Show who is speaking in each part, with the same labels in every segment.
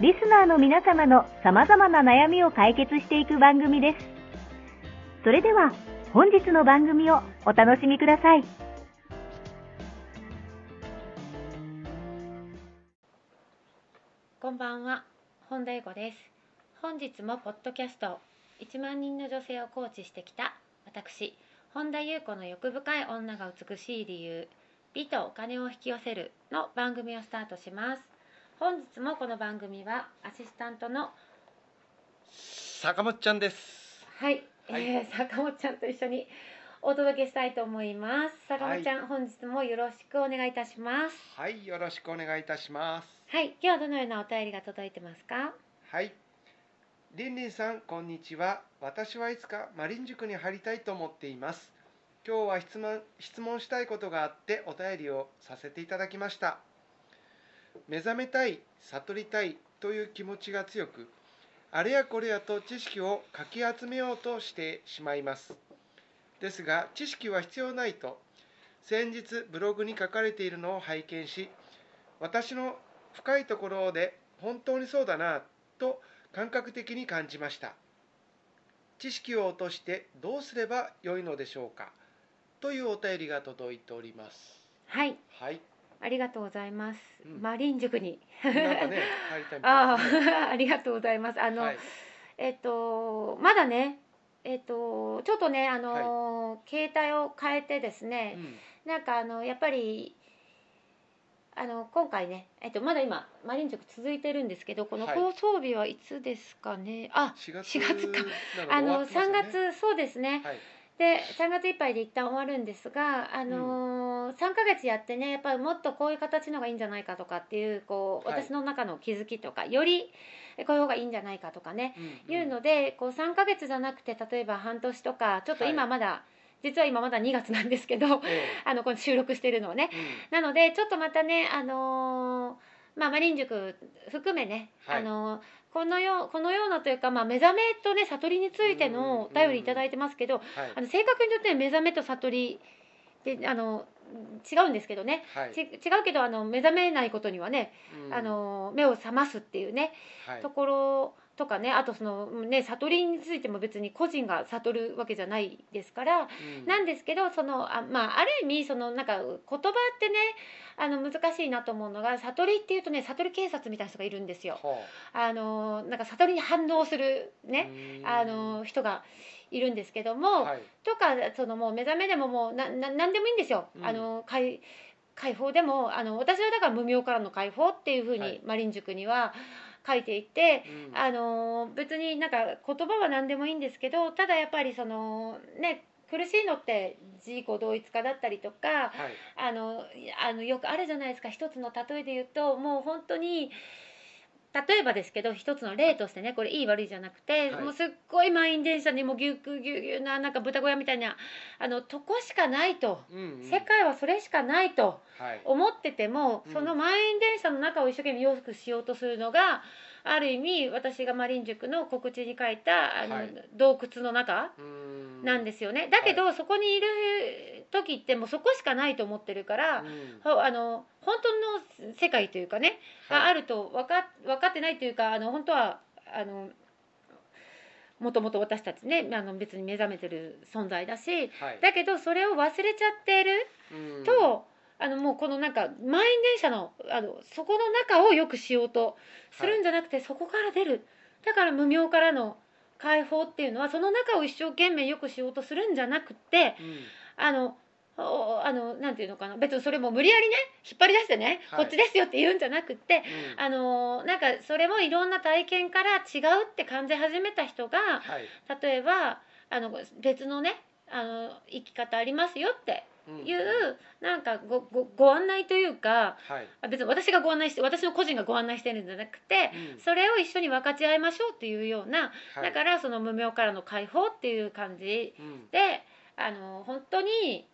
Speaker 1: リスナーの皆様の様々な悩みを解決していく番組です。それでは、本日の番組をお楽しみください。
Speaker 2: こんばんは、本田英子です。本日もポッドキャスト1万人の女性をコーチしてきた私、本田裕子の欲深い女が美しい理由、美とお金を引き寄せるの番組をスタートします。本日もこの番組はアシスタントの
Speaker 3: 坂本ちゃんです。
Speaker 2: はい、えー坂本ちゃんと一緒にお届けしたいと思います。坂本ちゃん、本日もよろしくお願いいたします。
Speaker 3: はい、よろしくお願いいたします。
Speaker 2: はい、今日はどのようなお便りが届いてますか？
Speaker 3: はい。りんりんさん、こんにちは。私はいつかマリン塾に入りたいと思っています。今日は質問質問したいことがあってお便りをさせていただきました。目覚めたい、悟りたいという気持ちが強く、あれやこれやと知識をかき集めようとしてしまいます。ですが、知識は必要ないと、先日ブログに書かれているのを拝見し、私の深いところで本当にそうだなと感覚的に感じました知識を落としてどうすれば良いのでしょうかというお便りが届いております
Speaker 2: はい、
Speaker 3: はい
Speaker 2: ありがとうございます。
Speaker 3: うん
Speaker 2: マリン塾に。
Speaker 3: なんか ね入りたいみ
Speaker 2: あ
Speaker 3: たいですね
Speaker 2: あ、ありがとうございます。あの、
Speaker 3: はい
Speaker 2: えっと、まだね、えっと、ちょっとね、あの、携帯を変えてですね
Speaker 3: う、ん
Speaker 2: なんかあの、やっぱり。あの今回ね、えっと、まだ今マリン塾続いてるんですけどこの
Speaker 3: はい
Speaker 2: 放送日はいつですかね、
Speaker 3: 4月
Speaker 2: 4月かあ
Speaker 3: な
Speaker 2: あ
Speaker 3: の
Speaker 2: の
Speaker 3: で終わ
Speaker 2: 3
Speaker 3: ってますよね
Speaker 2: 月そうですね、
Speaker 3: はい
Speaker 2: で3月いっぱいで一旦終わるんですが、あのー3ヶ月やってねやっぱりもっとこういう形のがいいんじゃないかとかっていうこう
Speaker 3: はい
Speaker 2: 私の中の気づきとか、よりこういう方がいいんじゃないかとかね、
Speaker 3: ん
Speaker 2: いうのでこう3ヶ月じゃなくて例えば半年とかちょっと今
Speaker 3: はい
Speaker 2: まだ、実は今まだ2月なんですけど
Speaker 3: え
Speaker 2: あのこの収録してるのをね
Speaker 3: えうん
Speaker 2: なのでちょっとまたねあのーまあ、マリン塾含めね、あ
Speaker 3: はい
Speaker 2: のーこのようこのようなというか、まあ、目覚めとね悟りについてのお便りいただいてますけど、
Speaker 3: はい
Speaker 2: あの正確に言って目覚めと悟りであの違うんですけどね、
Speaker 3: はい
Speaker 2: ち違うけどあの目覚めないことにはね、
Speaker 3: うん
Speaker 2: あの目を覚ますっていうね、
Speaker 3: はい
Speaker 2: ところとかねあとそのね悟りについても別に個人が悟るわけじゃないですから、
Speaker 3: うん
Speaker 2: なんですけどそのあ,、まあ、ある意味そのなんか言葉ってねあの難しいなと思うのが悟りっていうとね悟り警察みたいな人がいるんですよ。
Speaker 3: ほ
Speaker 2: あのなんか悟りに反応する
Speaker 3: う
Speaker 2: ね、
Speaker 3: うん
Speaker 2: あの人がいるんですけども、
Speaker 3: はい
Speaker 2: とかそのもう目覚めでももうなな何でもいいんですよ、
Speaker 3: うん
Speaker 2: あの解解放でもあの私はだから無明からの解放っていうふう
Speaker 3: は
Speaker 2: に
Speaker 3: い
Speaker 2: マリン塾には書いていて、
Speaker 3: うん
Speaker 2: あの別になんか言葉は何でもいいんですけどただやっぱりそのね苦しいのって自己同一化だったりとか
Speaker 3: はい
Speaker 2: あのあのよくあるじゃないですか一つの例えで言うともう本当に例えばですけど一つの例としてねこれいい悪いじゃなくて、
Speaker 3: はい
Speaker 2: もうすっごい満員電車にもうぎゅうぎゅうぎゅうぎゅうななんか豚小屋みたいなあのとこしかないと、
Speaker 3: うんうん
Speaker 2: 世界はそれしかないと
Speaker 3: はい
Speaker 2: 思ってても、
Speaker 3: うん
Speaker 2: その満員電車の中を一生懸命洋服しようとするのがある意味私がマリン塾の告知に書いたあの、
Speaker 3: はい
Speaker 2: 洞窟の中
Speaker 3: うん
Speaker 2: なんですよね。だけど、そこにいる時ってもうそこしかないと思ってるから、
Speaker 3: うん
Speaker 2: ほあの本当の世界というかね、が
Speaker 3: はい
Speaker 2: あると分か分かってないというかあの本当はあのもともと私たちねあの別に目覚めてる存在だし
Speaker 3: はい
Speaker 2: だけどそれを忘れちゃってる
Speaker 3: うん
Speaker 2: と、あのもうこのなんか満員電車のあのそこの中をよくしようとするんじゃなくて、そこから出るだから無明からの解放っていうのはその中を一生懸命よくしようとするんじゃなくて
Speaker 3: うん
Speaker 2: あのおあのなんていうのかな別にそれも無理やりね引っ張り出してね、
Speaker 3: はい
Speaker 2: こっちですよって言うんじゃなくて
Speaker 3: うん
Speaker 2: あのなんかそれもいろんな体験から違うって感じ始めた人が
Speaker 3: はい
Speaker 2: 例えばあの別のねあの生き方ありますよって
Speaker 3: うん
Speaker 2: いうなんかごごご案内というか
Speaker 3: はい
Speaker 2: あ別に私がご案内して私の個人がご案内してるんじゃなくて
Speaker 3: うん
Speaker 2: それを一緒に分かち合いましょうっていうような、
Speaker 3: はい
Speaker 2: だからその無名からの解放っていう感じ
Speaker 3: うん
Speaker 2: であの本当に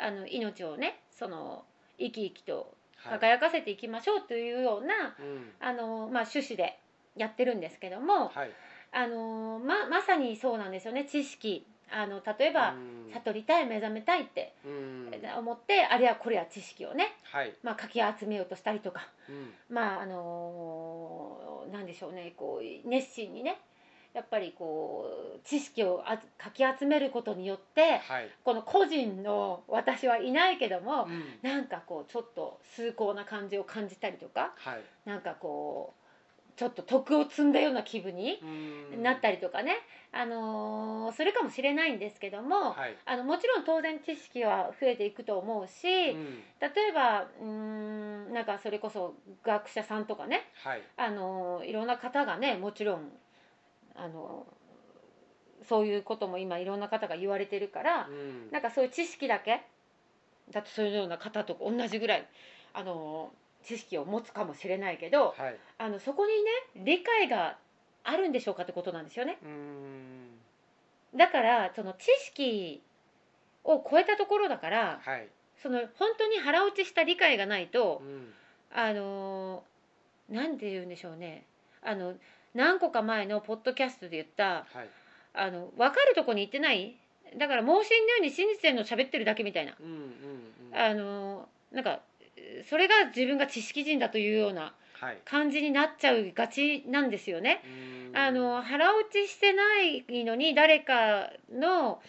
Speaker 2: あの命をねその生き生きと
Speaker 3: はい
Speaker 2: 輝かせていきましょうというような、
Speaker 3: うん
Speaker 2: あのまあ、趣旨でやってるんですけども、
Speaker 3: はい
Speaker 2: あのままさにそうなんですよね知識あの例えば、
Speaker 3: うん
Speaker 2: 悟りたい目覚めたいって
Speaker 3: うん
Speaker 2: 思ってあれやこれや知識をね、
Speaker 3: はい
Speaker 2: まあ、かき集めようとしたりとか
Speaker 3: うん
Speaker 2: まああのなんでしょうねこう熱心にねやっぱりこう知識をあかき集めることによって
Speaker 3: はい
Speaker 2: この個人の私はいないけども、
Speaker 3: うん
Speaker 2: なんかこうちょっと崇高な感じを感じたりとか
Speaker 3: はい
Speaker 2: なんかこうちょっと徳を積んだような気分に
Speaker 3: うん
Speaker 2: なったりとかね、あのーするかもしれないんですけども、
Speaker 3: はい
Speaker 2: あのもちろん当然知識は増えていくと思うし、
Speaker 3: うん
Speaker 2: 例えばうーんなんかそれこそ学者さんとかね
Speaker 3: はい
Speaker 2: あのいろんな方がねもちろんあのそういうことも今いろんな方が言われてるから
Speaker 3: う、ん
Speaker 2: なんかそういう知識だけだってそういうような方と同じぐらいあの知識を持つかもしれないけど
Speaker 3: はい
Speaker 2: あのそこにね理解があるんでしょうかってことなんですよね。
Speaker 3: うん
Speaker 2: だからその知識を超えたところだから
Speaker 3: はい
Speaker 2: その本当に腹落ちした理解がないと
Speaker 3: うん
Speaker 2: あのーなんて言うんでしょうねあの何個か前のポッドキャストで言った
Speaker 3: はい
Speaker 2: あの分かるとこに行ってないだから盲信のように信じてるのを喋ってるだけみたいな、
Speaker 3: うんうんうん
Speaker 2: あのーなんかえーそれが自分が知識人だというような
Speaker 3: はい
Speaker 2: 感じになっちゃうがちなんですよね。
Speaker 3: うん
Speaker 2: あの腹落ちしてないのに誰かの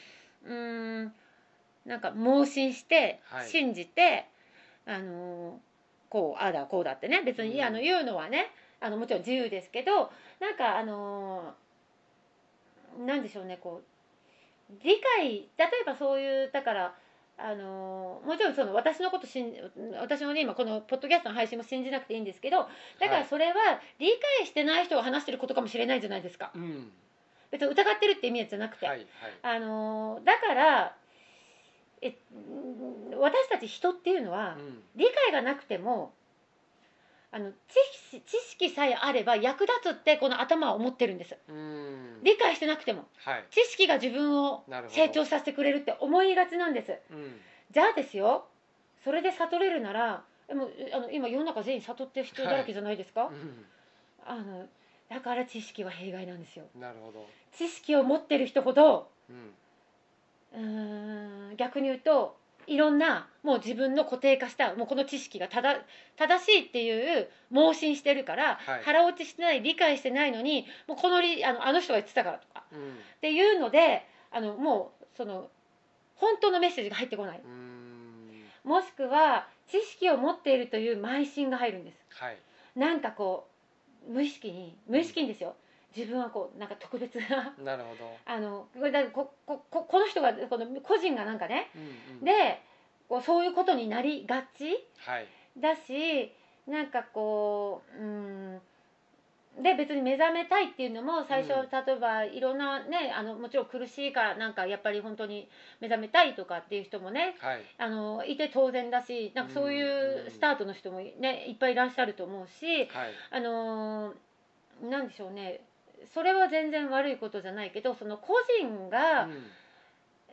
Speaker 2: うーんなんか盲信して
Speaker 3: はい
Speaker 2: 信じて、あのこうああだこうだってね別に、
Speaker 3: うん
Speaker 2: あの言うのはねあのもちろん自由ですけどなんかあのなんでしょうねこう理解例えばそういうだからあのもちろんその私のこと信じ私のね今このポッドキャストの配信も信じなくていいんですけどだか
Speaker 3: は
Speaker 2: ら
Speaker 3: い
Speaker 2: それは理解してない人が話してることかもしれないじゃないですか
Speaker 3: うん
Speaker 2: 別に疑ってるって意味じゃなくて、
Speaker 3: はいはい
Speaker 2: あのーだからえうん私たち人っていうのは
Speaker 3: うん
Speaker 2: 理解がなくてもあの知識知識さえあれば役立つってこの頭は思ってるんです
Speaker 3: うん
Speaker 2: 理解してなくても
Speaker 3: はい
Speaker 2: 知識が自分を
Speaker 3: なるほど
Speaker 2: 成長させてくれるって思いがちなんです
Speaker 3: うん
Speaker 2: じゃあですよそれで悟れるならえもうえあの今世の中全員悟ってる人だらけじゃないですか、
Speaker 3: う
Speaker 2: あのだから知識は弊害なんですよ
Speaker 3: んなるほど
Speaker 2: 知識を持ってる人ほど
Speaker 3: う
Speaker 2: う
Speaker 3: ん
Speaker 2: ーん逆に言うといろんなもう自分の固定化したもうこの知識がただ正しいっていう盲信してるから、
Speaker 3: はい
Speaker 2: 腹落ちしてない理解してないのにもうこのりあのあの人が言ってたからとか
Speaker 3: うん
Speaker 2: っていうのであのもうその本当のメッセージが入ってこないう
Speaker 3: ーん
Speaker 2: もしくは知識を持っているという邁進が入るんです
Speaker 3: はい
Speaker 2: なんかこう無意識に無意識にですよ自分はこうなんか特別な
Speaker 3: なるほど
Speaker 2: あのこれだここここの人がこの個人がなんかね
Speaker 3: うんうん
Speaker 2: でこうそういうことになりがち
Speaker 3: はい
Speaker 2: だしなんかこううんで別に目覚めたいっていうのも最初、
Speaker 3: うん
Speaker 2: 例えばいろんなねあのもちろん苦しいからなんかやっぱり本当に目覚めたいとかっていう人もね
Speaker 3: はい
Speaker 2: あのいて当然だしなんかそうい
Speaker 3: んう
Speaker 2: うんスタートの人もねいっぱいいらっしゃると思うし
Speaker 3: はい
Speaker 2: あのーなんでしょうねそれは全然悪いことじゃないけどその個人が、
Speaker 3: うん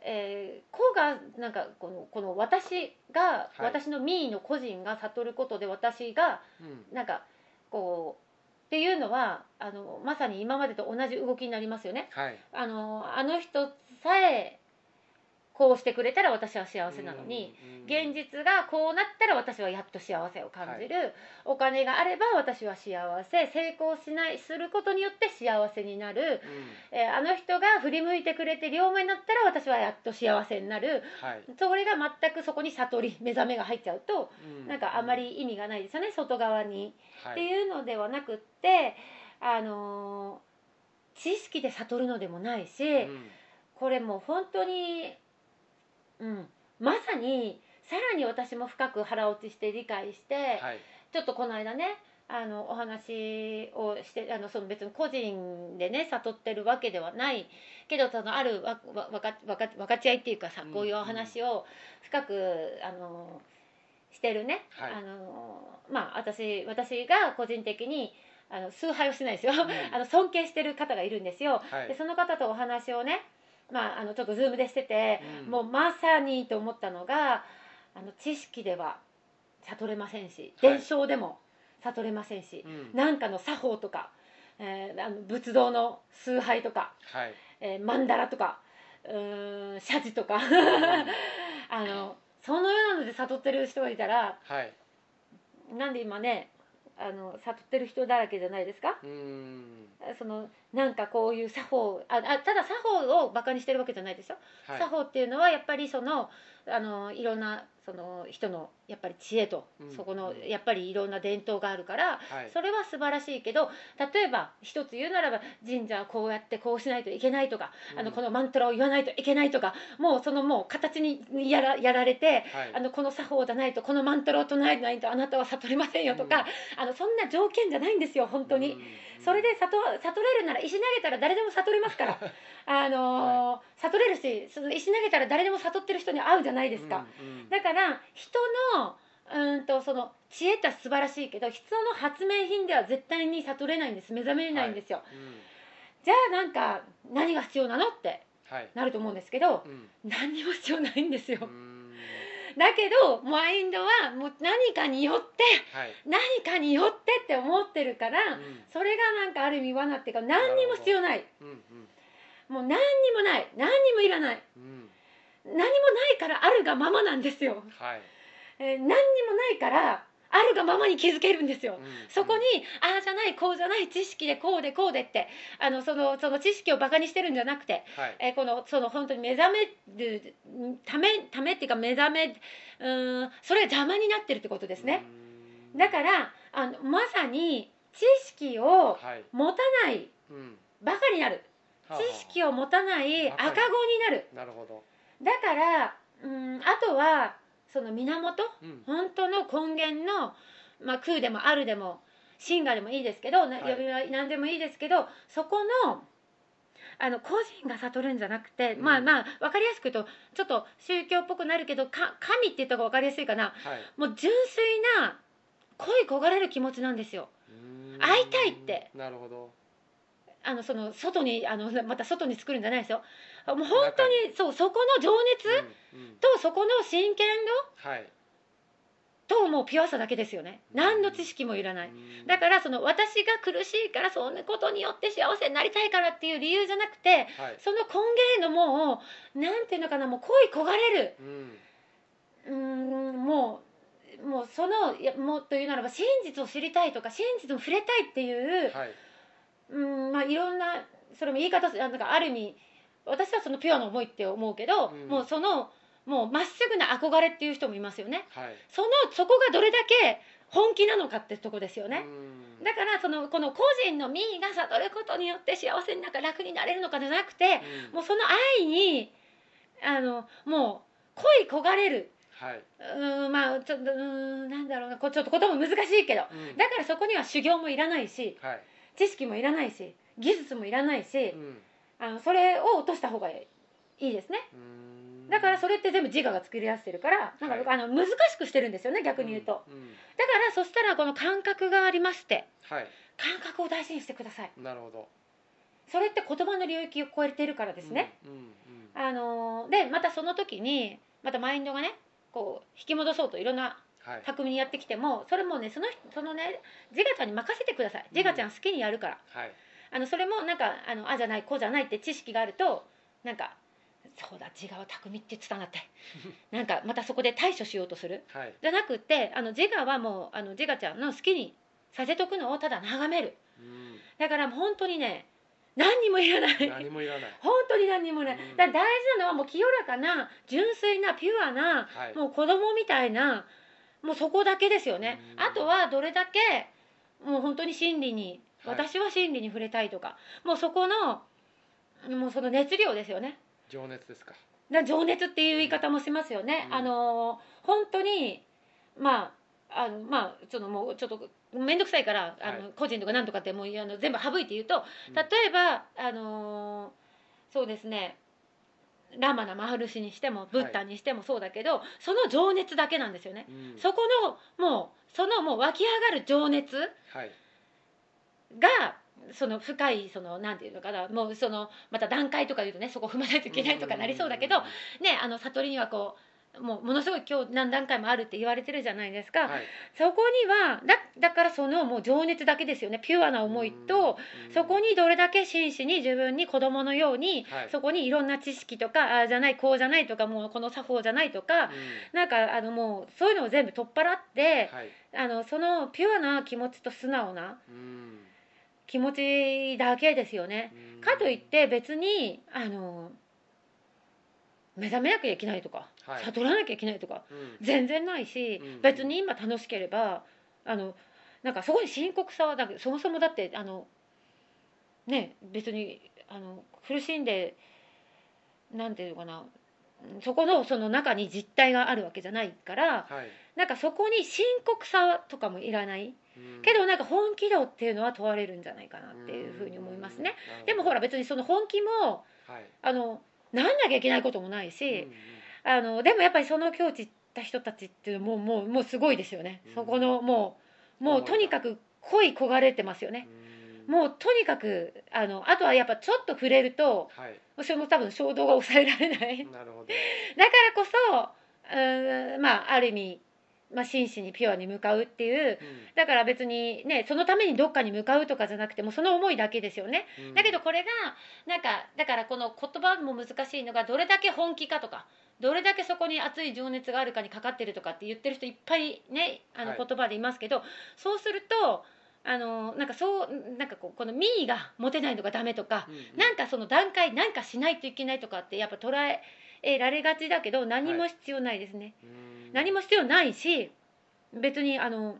Speaker 2: えー個がなんかこのこの私が、
Speaker 3: はい
Speaker 2: 私のミーの個人が悟ることで私が
Speaker 3: うん
Speaker 2: なんかこうっていうのはあのまさに今までと同じ動きになりますよね。
Speaker 3: はい
Speaker 2: あのあの人さえこうしてくれたら私は幸せなのに、現
Speaker 3: 実
Speaker 2: 実がこうなったら私はやっと幸せを感じる、お金があれば私は幸せ成功しないすることによって幸せになる、えーあの人が振り向いてくれて両目になったら私はやっと幸せになる
Speaker 3: はい
Speaker 2: それが全くそこに悟り目覚めが入っちゃうと
Speaker 3: うん
Speaker 2: なんかあまり意味がないですよね外側に、
Speaker 3: は
Speaker 2: っていうのではなくってあのー知識で悟るのでもないし、
Speaker 3: うん
Speaker 2: これもう本当にうんまさにさらに私も深く腹落ちして理解して、
Speaker 3: はい
Speaker 2: ちょっとこの間ねあのお話をしてあのその別に個人でね悟ってるわけではないけどそのあるわわわかわか分かち合いっていうかさ
Speaker 3: うん
Speaker 2: こういうお話を深くあのしてるね、
Speaker 3: はい
Speaker 2: あのまあ私私が個人的にあの崇拝をしてないですよ、
Speaker 3: ん
Speaker 2: あの尊敬してる方がいるんですよ。
Speaker 3: はい
Speaker 2: でその方とお話をね、まあ、あのちょっとズームでしてて、
Speaker 3: うん
Speaker 2: もうまさにと思ったのがあの知識では悟れませんし
Speaker 3: はい
Speaker 2: 伝承でも悟れませんし、
Speaker 3: うん
Speaker 2: なんかの作法とか、えーあの仏道の崇拝とか、
Speaker 3: はい
Speaker 2: えー、曼荼羅とかうーん謝辞とか あのそのようなので悟ってる人がいたら
Speaker 3: はい
Speaker 2: なんで今ねあの悟ってる人だらけじゃないですか
Speaker 3: うん
Speaker 2: そのなんかこういう作法ああただ作法をバカにしてるわけじゃないですよ、
Speaker 3: はい
Speaker 2: 作法っていうのはやっぱりそのあのいろんなその人のやっぱり知恵と、
Speaker 3: うん
Speaker 2: そこの
Speaker 3: うん
Speaker 2: やっぱりいろんな伝統があるから、
Speaker 3: はい
Speaker 2: それは素晴らしいけど例えば一つ言うならば神社はこうやってこうしないといけないとか、あのこ
Speaker 3: の
Speaker 2: のマントラを言わないといけないとかもうそのもう形にやらやられて。
Speaker 3: はい
Speaker 2: あのこの作法じゃないとこのマントラを唱えないとあなたは悟りませんよとか、あのそんな条件じゃないんですよ本当に、
Speaker 3: うん
Speaker 2: それで悟悟れるなら石投げたら誰でも悟れます から、あのー悟れるしその石投げたら誰でも悟ってる人に会うじゃないですか、
Speaker 3: うんうん
Speaker 2: だから人のうーんとその知恵って素晴らしいけど人の発明品では絶対に悟れないんです目覚めれないんですよ、
Speaker 3: うん
Speaker 2: じゃあなんか何が必要なのって
Speaker 3: はい
Speaker 2: なると思うんですけど
Speaker 3: うん
Speaker 2: 何にも必要ないんですよ、
Speaker 3: うん
Speaker 2: だけどマインドはもう何かによって
Speaker 3: はい
Speaker 2: 何かによってって思ってるから、
Speaker 3: うん
Speaker 2: それがなんかある意味罠っていうか何にも必要ない
Speaker 3: うん
Speaker 2: もう何にもない何にもいらない
Speaker 3: うん
Speaker 2: 何もないからあるがままなんですよ
Speaker 3: うん、はい
Speaker 2: えー何にもないからあるがままに気づけるんですよ
Speaker 3: うん
Speaker 2: そこにああじゃないこうじゃない知識でこうでこうでってあのそのその知識をバカにしてるんじゃなくて、
Speaker 3: はい
Speaker 2: えーこのその本当に目覚めるためためっていうか目覚めうーんそれが邪魔になってるってことですね
Speaker 3: うん
Speaker 2: だからあのまさに知識を
Speaker 3: はい
Speaker 2: 持たない
Speaker 3: うん
Speaker 2: バカになる知識
Speaker 3: を
Speaker 2: を持たない
Speaker 3: バ
Speaker 2: 赤
Speaker 3: カ
Speaker 2: 子
Speaker 3: に
Speaker 2: になる
Speaker 3: なるほど
Speaker 2: だからうんあとはその源
Speaker 3: うん
Speaker 2: 本当の根源の、まあ、空でもあるでも真我でもいいですけど、な
Speaker 3: はい
Speaker 2: 呼び名は何でもいいですけどそこのあの個人が悟るんじゃなくて、
Speaker 3: うん
Speaker 2: まあまあ分かりやすく言うとちょっと宗教っぽくなるけどか神って言った方が分かりやすいかな
Speaker 3: はい
Speaker 2: もう純粋な恋焦がれる気持ちなんですよ
Speaker 3: うん
Speaker 2: 会いたいって
Speaker 3: なるほど
Speaker 2: あのその外にあのまた外に作るんじゃないですよもう本当にそうそこの情熱
Speaker 3: うんうん
Speaker 2: とそこの真剣
Speaker 3: はい
Speaker 2: 度ともうピュアさだけですよね何の知識もいらないだからその私が苦しいからそんなことによって幸せになりたいからっていう理由じゃなくて
Speaker 3: らはい
Speaker 2: その根源のもうなんていうのかなもう恋焦がれる
Speaker 3: うん
Speaker 2: うーんもうもうそのいやもうというならば真実を知りたいとか真実を触れたいっていう、
Speaker 3: はい
Speaker 2: うんまあいろんなそれも言い方あなんかある意味私はそのピュアな思いって思うけど、
Speaker 3: うん
Speaker 2: もうそのもうまっすぐな憧れっていう人もいますよね
Speaker 3: はい
Speaker 2: そのそこがどれだけ本気なのかってとこですよね、
Speaker 3: うん
Speaker 2: だからそのこの個人の民意が悟ることによって幸せになんか楽になれるのかじゃなくて
Speaker 3: うん
Speaker 2: もうその愛にあのもう恋焦がれる
Speaker 3: はい
Speaker 2: うんまあちょっとうーんなんだろうなこうちょっと言葉も難しいけど
Speaker 3: うん
Speaker 2: だからそこには修行もいらないし
Speaker 3: はい
Speaker 2: 知識もいらないし技術もいらないし
Speaker 3: うん
Speaker 2: あのそれを落とした方がいいですね
Speaker 3: うん
Speaker 2: だからそれって全部自我が作り出してるからなんか、
Speaker 3: はい
Speaker 2: あの難しくしてるんですよね逆に言うと、
Speaker 3: んん
Speaker 2: だからそしたらこの感覚がありまして
Speaker 3: はい
Speaker 2: 感覚を大事にしてください
Speaker 3: なるほど
Speaker 2: それって言葉の領域を超えてるからですね、
Speaker 3: うんうん
Speaker 2: あのーでまたその時にまたマインドがねこう引き戻そうといろんな
Speaker 3: はい
Speaker 2: 巧みにやってきてもそれもねその人そのねジガちゃんに任せてくださいジガちゃん好きにやるから、
Speaker 3: はい
Speaker 2: あのそれもなんかあのあじゃないこうじゃないって知識があるとなんかそうだ自我は巧みって言ってたなって なんかまたそこで対処しようとする
Speaker 3: はい
Speaker 2: じゃなくてあの自我はもうあの自我ちゃんの好きにさせとくのをただ眺める
Speaker 3: うん
Speaker 2: だからもう本当にね何にもいらない
Speaker 3: 何もいらない
Speaker 2: 本当に何にもない、
Speaker 3: うん
Speaker 2: だから大事なのはもう清らかな純粋なピュアな
Speaker 3: はい
Speaker 2: もう子供みたいなもうそこだけですよね、
Speaker 3: うん
Speaker 2: あとはどれだけもう本当に真理に、
Speaker 3: はい
Speaker 2: 私は真理に触れたいとかもうそこのもうその熱量ですよね
Speaker 3: 情熱ですか
Speaker 2: な情熱っていう言い方もしますよね、
Speaker 3: うん
Speaker 2: あのー本当にまああのまあそのもうちょっと面倒くさいからあの、
Speaker 3: は
Speaker 2: 個人とかなんとかってもうあの全部省いて言うと
Speaker 3: うん
Speaker 2: 例えば、あのーそうですねラマナ・マハルシにしてもブッダにしてもそうだけど、その情熱だけなんですよね、
Speaker 3: うん
Speaker 2: そこのもうそのもう湧き上がる情熱
Speaker 3: はい
Speaker 2: がその深いそのなんていうのかなもうそのまた段階とか言うとねそこ踏まないといけないとかなりそうだけど、
Speaker 3: んんうん
Speaker 2: ね、あの悟りにはこうもうものすごい今日何段階もあるって言われてるじゃないですか、
Speaker 3: はい
Speaker 2: そこにはだだからそのもう情熱だけですよねピュアな思いと、
Speaker 3: うん
Speaker 2: そこにどれだけ真摯に自分に子供のように、
Speaker 3: はい
Speaker 2: そこにいろんな知識とかああじゃないこうじゃないとかもうこの作法じゃないとか、
Speaker 3: うん
Speaker 2: なんかあのもうそういうのを全部取っ払って、
Speaker 3: はい
Speaker 2: あのそのピュアな気持ちと素直な
Speaker 3: うん
Speaker 2: 気持ちだけですよね。
Speaker 3: うん
Speaker 2: かといって別にあの目覚めなきゃいけないとか、
Speaker 3: はい
Speaker 2: 悟らなきゃいけないとか
Speaker 3: うん
Speaker 2: 全然ないし、
Speaker 3: うん
Speaker 2: 別に今楽しければあのなんかそこに深刻さはだそもそもだってあのね別にあの苦しんでなんていうのかなそこのその中に実態があるわけじゃないから
Speaker 3: はい
Speaker 2: なんかそこに深刻さとかもいらない
Speaker 3: うん
Speaker 2: けどなんか本気度っていうのは問われるんじゃないかなっていうふうに思いますね。
Speaker 3: うん
Speaker 2: でもほら別にその本気も
Speaker 3: はい
Speaker 2: あのなんなきゃいけないこともないし、
Speaker 3: うんうん
Speaker 2: あのでもやっぱりその境地行った人たちっていうのはもうもうもうすごいですよね、
Speaker 3: うん
Speaker 2: そこのもうもうとにかく恋焦がれてますよね、
Speaker 3: うん
Speaker 2: もうとにかくあのあとはやっぱちょっと触れると
Speaker 3: はい
Speaker 2: それも多分衝動が抑えられない だか
Speaker 3: なるほど
Speaker 2: らこそうーんまあある意味、まあ、真摯にピュアに向かうっていう
Speaker 3: うん
Speaker 2: だから別にねそのためにどっかに向かうとかじゃなくてもうその思いだけですよね
Speaker 3: うん
Speaker 2: だけどこれがなんかだからこの言葉も難しいのがどれだけ本気かとかどれだけそこに熱い情熱があるかにかかってるとかって言ってる人いっぱいねあの
Speaker 3: はい
Speaker 2: 言葉でいますけど、そうするとあのなんかそうなんかこうこの民意が持てないのがダメとか
Speaker 3: う、ん
Speaker 2: なんかその段階なんかしないといけないとかってやっぱ捉えられがちだけど何も必要ないですね、
Speaker 3: うん
Speaker 2: 何も必要ないし別にあの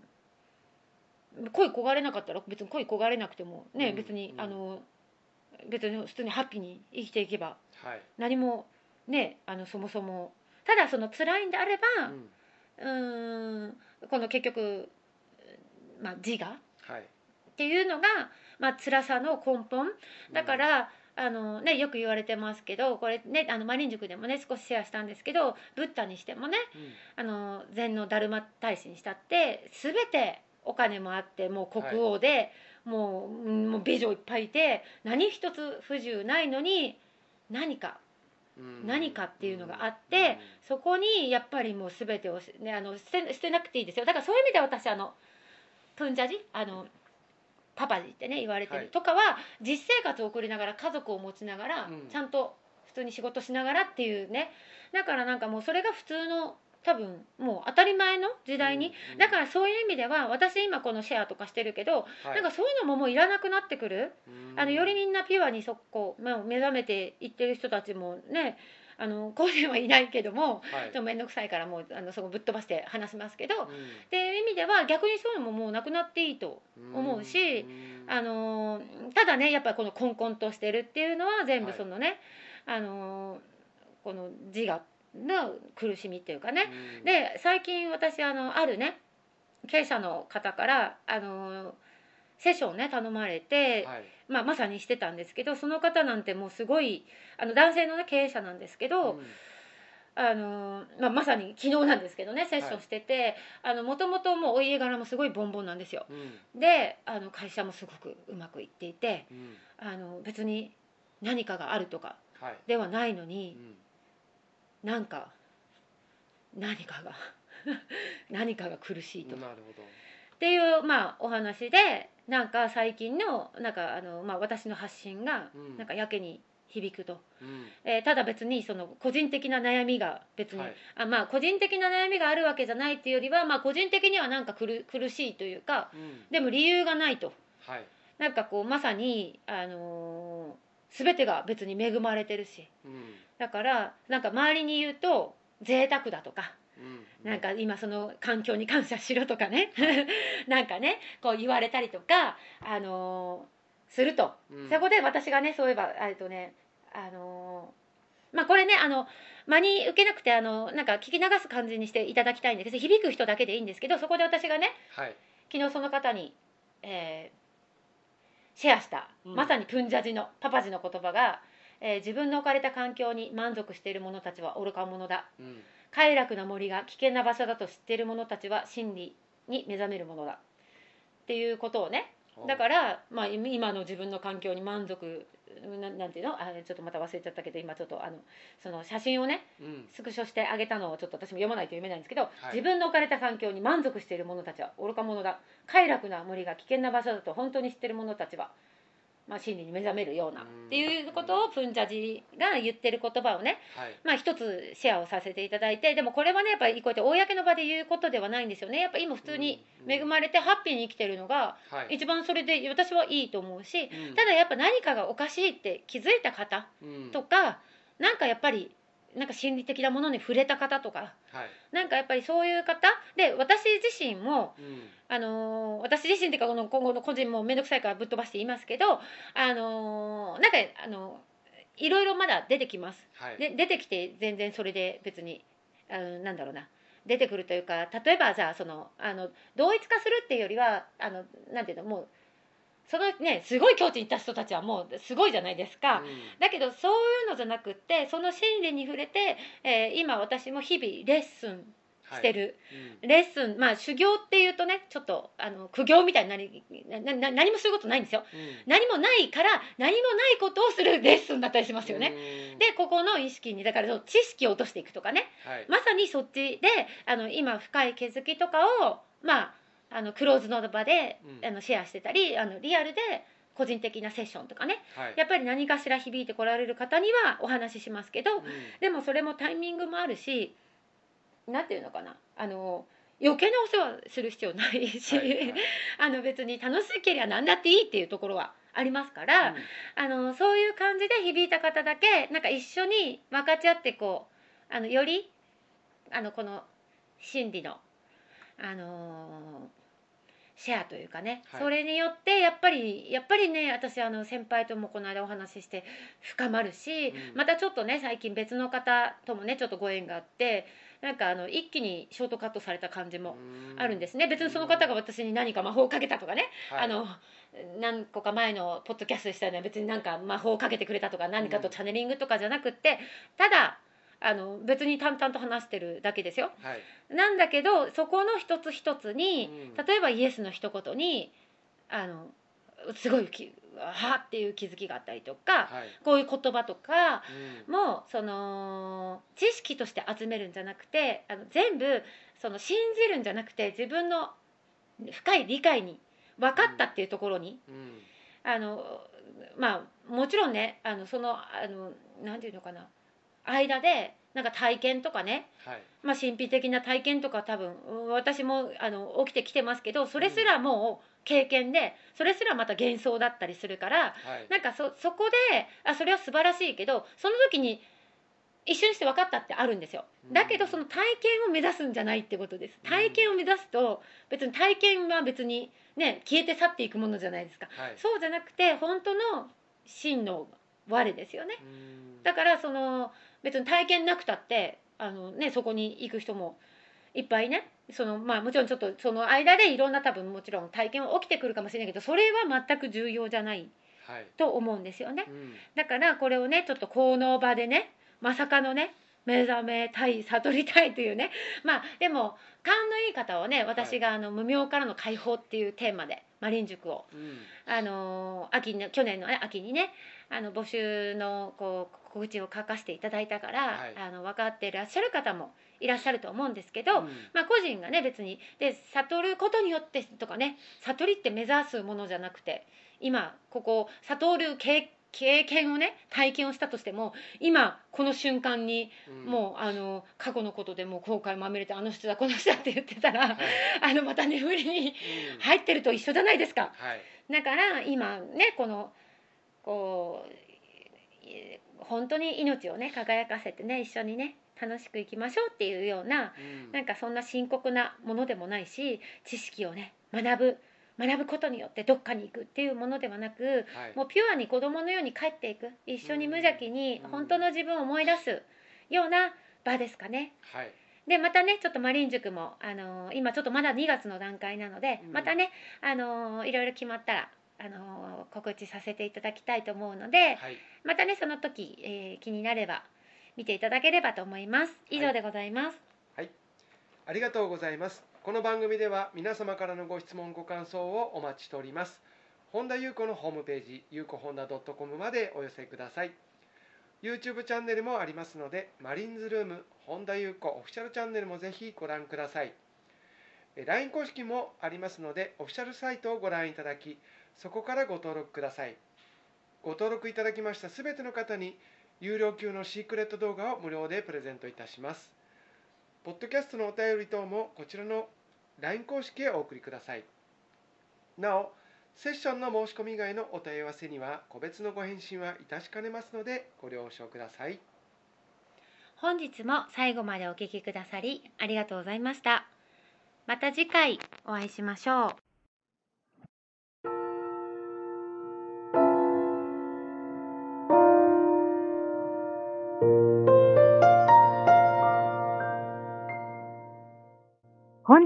Speaker 2: 恋焦がれなかったら別に恋焦がれなくてもね、
Speaker 3: うん
Speaker 2: 別に
Speaker 3: うん
Speaker 2: あの別に普通にハッピーに生きていけば
Speaker 3: はい
Speaker 2: 何もねあのそもそもただその辛いんであれば
Speaker 3: うん
Speaker 2: うんんこの結局、まあ、自我っ
Speaker 3: はい
Speaker 2: ていうのが、まあ辛さの根本だから、あのね、よく言われてますけどこれねあのマリン塾でもね少しシェアしたんですけどブッダにしてもね
Speaker 3: うん
Speaker 2: あの禅の達磨大師にしたって全てお金もあってもう国王で、もううんもう美女いっぱいいて何一つ不自由ないのに何か
Speaker 3: うん
Speaker 2: 何かっていうのがあってそこにやっぱりもう全てをし、ね、あの捨て捨てなくていいですよだからそういう意味では私あのプンジャジあのパパジってね言われてる、
Speaker 3: はい
Speaker 2: とかは実生活を送りながら家族を持ちながら、
Speaker 3: うん、
Speaker 2: ちゃんと普通に仕事しながらっていうねだからなんかもうそれが普通の多分もう当たり前の時代に、だかららそういう意味では私今このシェアとかしてるけど、
Speaker 3: はい
Speaker 2: なんかそういうのももういらなくなってくる。あのよりみんなピュアにそこまあ目覚めていってる人たちもねあの 個人はいないけども
Speaker 3: うん
Speaker 2: ち
Speaker 3: は
Speaker 2: ょ
Speaker 3: い
Speaker 2: っと面倒くさいからもうあのそこぶっ飛ばして話しますけどっ
Speaker 3: うん
Speaker 2: ていう意味では逆にそういうのももうなくなっていいと。思うし
Speaker 3: うん
Speaker 2: あのーただねやっぱりこの混々としてるっていうのは全部
Speaker 3: はい
Speaker 2: そのね、あのーこの自我の苦しみっていうかね
Speaker 3: うん
Speaker 2: で最近私あのあるね経営者の方からあのーセッションをね頼まれて、
Speaker 3: はい
Speaker 2: まあ、まさにしてたんですけどその方なんてもうすごいあの男性の、ね、経営者なんですけど、
Speaker 3: うん
Speaker 2: あのまあ、まさに昨日なんですけどねセッションしててもともともうお家柄もすごいボンボンなんですよ
Speaker 3: うん
Speaker 2: であの会社もすごくうまくいっていて
Speaker 3: うん
Speaker 2: あの別に何かがあるとか
Speaker 3: はい
Speaker 2: ではないの
Speaker 3: う
Speaker 2: に
Speaker 3: ん
Speaker 2: なんか何かが 何かが苦しいと
Speaker 3: なるほど
Speaker 2: っていう、まあ、お話でなんか最近のなんかあの、まあ、私の発信が
Speaker 3: うん
Speaker 2: なんかやけに響くと、
Speaker 3: うん
Speaker 2: えーただ別にその個人的な悩みが別に、
Speaker 3: はい
Speaker 2: あまあ個人的な悩みがあるわけじゃないっていうよりは、まあ、個人的にはなんか苦苦しいというか
Speaker 3: うん
Speaker 2: でも理由がないと
Speaker 3: はい
Speaker 2: なんかこうまさに、あのー全てが別に恵まれてるし
Speaker 3: うん
Speaker 2: だからなんか周りに言うと贅沢だとか
Speaker 3: うん
Speaker 2: なんか今その環境に感謝しろとかね
Speaker 3: はい
Speaker 2: なんかねこう言われたりとか、あのーすると、
Speaker 3: うん
Speaker 2: そこで私がねそういえばえっとねあのーまあこれねあの間に受けなくてあのなんか聞き流す感じにしていただきたいんですけど響く人だけでいいんですけどそこで私がね
Speaker 3: はい
Speaker 2: 昨日その方に、えーシェアした、
Speaker 3: うん
Speaker 2: まさにプンジャジのパパジの言葉が、えー自分の置かれた環境に満足している者たちは愚か者だ
Speaker 3: うん
Speaker 2: 快楽な森が危険な場所だと知っている者たちは真理に目覚めるものだっていうことをねだからら、まあ、今今の自分の環境に満足ななんていうのあちょっとまた忘れちゃったけど今ちょっとあのその写真をね
Speaker 3: うん
Speaker 2: スクショしてあげたのをちょっと私も読まないと読めないんですけど、
Speaker 3: い
Speaker 2: 自分の置かれた環境に満足している者たちは愚か者だ快楽な森が危険な場所だと本当に知っている者たちは、まあ、真理に目覚めるような
Speaker 3: う
Speaker 2: っ
Speaker 3: ん
Speaker 2: ていうことをプンジャジが言ってる言葉をね
Speaker 3: はい
Speaker 2: まあ、一つシェアをさせていただいてでもこれはねやっぱりこうやって公の場で言うことではないんですよねやっぱ今普通に恵まれてハッピーに生きてるのが
Speaker 3: はい
Speaker 2: 一番それで私はいいと思うし
Speaker 3: うん
Speaker 2: ただやっぱ何かがおかしいって気づいた方
Speaker 3: うん
Speaker 2: とかなんかやっぱりなんか心理的なものに触れた方とか
Speaker 3: はい
Speaker 2: なんかやっぱりそういう方で私自身も
Speaker 3: うん
Speaker 2: あのー私自身っていうかこの今後の個人も面倒くさいからぶっ飛ばして言いますけどあのーなんかあのいろいろまだ出てきます。
Speaker 3: はい
Speaker 2: で出てきて全然それで別にあのなんだろうな出てくるというか例えばじゃあそのあの同一化するっていうよりはあのなんていうのもうそのねすごい境地に行った人たちはもうすごいじゃないですか。
Speaker 3: うん
Speaker 2: だけどそういうのじゃなくってその心理に触れて、えー今私も日々レッスンしてる、
Speaker 3: はいうん
Speaker 2: レッスンまあ修行っていうとねちょっとあの苦行みたいになりななな何もすることないんですよ
Speaker 3: うん
Speaker 2: 何もないから何もないことをするレッスンだったりしますよね、
Speaker 3: うん
Speaker 2: でここの意識にだからその知識を落としていくとかね
Speaker 3: はい
Speaker 2: まさにそっちであの今深い気づきとかをまああのクローズの場で、
Speaker 3: うん
Speaker 2: あのシェアしてたりあのリアルで個人的なセッションとかね
Speaker 3: はい
Speaker 2: やっぱり何かしら響いてこられる方にはお話ししますけど
Speaker 3: うん
Speaker 2: でもそれもタイミングもあるし何ていうのかなあの余計なお世話する必要ないし、
Speaker 3: はいはい
Speaker 2: あの別に楽しければ何だっていいっていうところはありますから、
Speaker 3: うん
Speaker 2: あのそういう感じで響いた方だけなんか一緒に分かち合ってこうあのよりあのこの心理の、あのーシェアというかね、
Speaker 3: はい
Speaker 2: それによってやっぱりやっぱりね私あの先輩ともこの間お話しして深まるし、
Speaker 3: うん、
Speaker 2: またちょっとね最近別の方ともねちょっとご縁があってなんかあの一気にショートカットされた感じもあるんですすね、別にその方が私に何か魔法をかけたとかね
Speaker 3: はい
Speaker 2: あの何個か前のポッドキャストでしたよね別になんか魔法をかけてくれたとか何かとチャネリングとかじゃなくって、ただあの別に淡々と話してるだけですよ
Speaker 3: はい
Speaker 2: なんだけどそこの一つ一つに、
Speaker 3: うん
Speaker 2: 例えばイエスの一言にあのすごいきはあっていう気づきがあったりとか、
Speaker 3: はい
Speaker 2: こういう言葉とか
Speaker 3: うん
Speaker 2: もその知識として集めるんじゃなくてあの全部その信じるんじゃなくて自分の深い理解に分かったっていうところに、
Speaker 3: うん
Speaker 2: あのまあもちろんねあのそのあのなんていうのかな間でなんか体験とかね
Speaker 3: はい
Speaker 2: まあ、神秘的な体験とか多分うん私もあの起きてきてますけどそれすらもう経験でそれすらまた幻想だったりするから
Speaker 3: はい
Speaker 2: なんかそそこであそれは素晴らしいけどその時に一瞬して分かったってあるんですよだけどその体験を目指すんじゃないってことです
Speaker 3: うん
Speaker 2: 体験を目指すと別に体験は別にね消えて去っていくものじゃないですか
Speaker 3: はい
Speaker 2: そうじゃなくて本当の真の我ですよね
Speaker 3: うん
Speaker 2: だからその別に体験なくたってあの、ね、そこに行く人もいっぱいねその、まあ、もちろんちょっとその間でいろんな多分もちろん体験は起きてくるかもしれないけどそれは全く重要じゃない
Speaker 3: はい
Speaker 2: と思うんですよね
Speaker 3: うん
Speaker 2: だからこれをねちょっと効能場でねまさかのね目覚めたい悟りたいというねまあでも勘のいい方をね私があの「無明からの解放」っていうテーマでマリン塾を
Speaker 3: うん
Speaker 2: あの秋の去年のね秋にねあの募集のこう告知を書かせていただいたから、
Speaker 3: はい
Speaker 2: あの分かっていらっしゃる方もいらっしゃると思うんですけど、
Speaker 3: うん
Speaker 2: まあ、個人がね別にで悟ることによってとかね悟りって目指すものじゃなくて今ここ悟る経経験をね体験をしたとしても今この瞬間に
Speaker 3: うん
Speaker 2: もうあの過去のことでもう後悔まみれてあの人だこの人だって言ってたら、
Speaker 3: はい
Speaker 2: あのまた眠りに
Speaker 3: うん
Speaker 2: 入ってると一緒じゃないですか。
Speaker 3: はい
Speaker 2: だから今ねこのこうい本当に命をね輝かせてね一緒にね楽しく生きましょうっていうような
Speaker 3: うん
Speaker 2: なんかそんな深刻なものでもないし知識をね学ぶ学ぶことによってどっかに行くっていうものではなく
Speaker 3: はい
Speaker 2: もうピュアに子供のように帰っていく一緒に無邪気に
Speaker 3: うん
Speaker 2: 本当の自分を思い出すような場ですかね。
Speaker 3: はい
Speaker 2: でまたねちょっとマリン塾も、あのー今ちょっとまだ2月の段階なので、
Speaker 3: うん
Speaker 2: またね、あのーいろいろ決まったら、あのー告知させていただきたいと思うので、
Speaker 3: はい
Speaker 2: またねその時、えー気になれば見ていただければと思います。以上でございます。
Speaker 3: ありがとうございます。この番組では皆様からのご質問ご感想をお待ちしております。本田裕子のホームページ、ゆうこ本田 .com までお寄せください。YouTube チャンネルもありますので、マリンズルーム本田裕子オフィシャルチャンネルもぜひご覧ください。え LINE 公式もありますので、オフィシャルサイトをご覧いただき、そこからご登録ください。ご登録いただきましたすべての方に、有料級のシークレット動画を無料でプレゼントいたします。ポッドキャストのお便り等もこちらの LINE 公式へお送りください。なお、セッションの申し込み以外のお問い合わせには個別のご返信はいたしかねますのでご了承ください。
Speaker 2: 本日も最後までお聞きくださりありがとうございました。また次回お会いしましょう。
Speaker 1: 本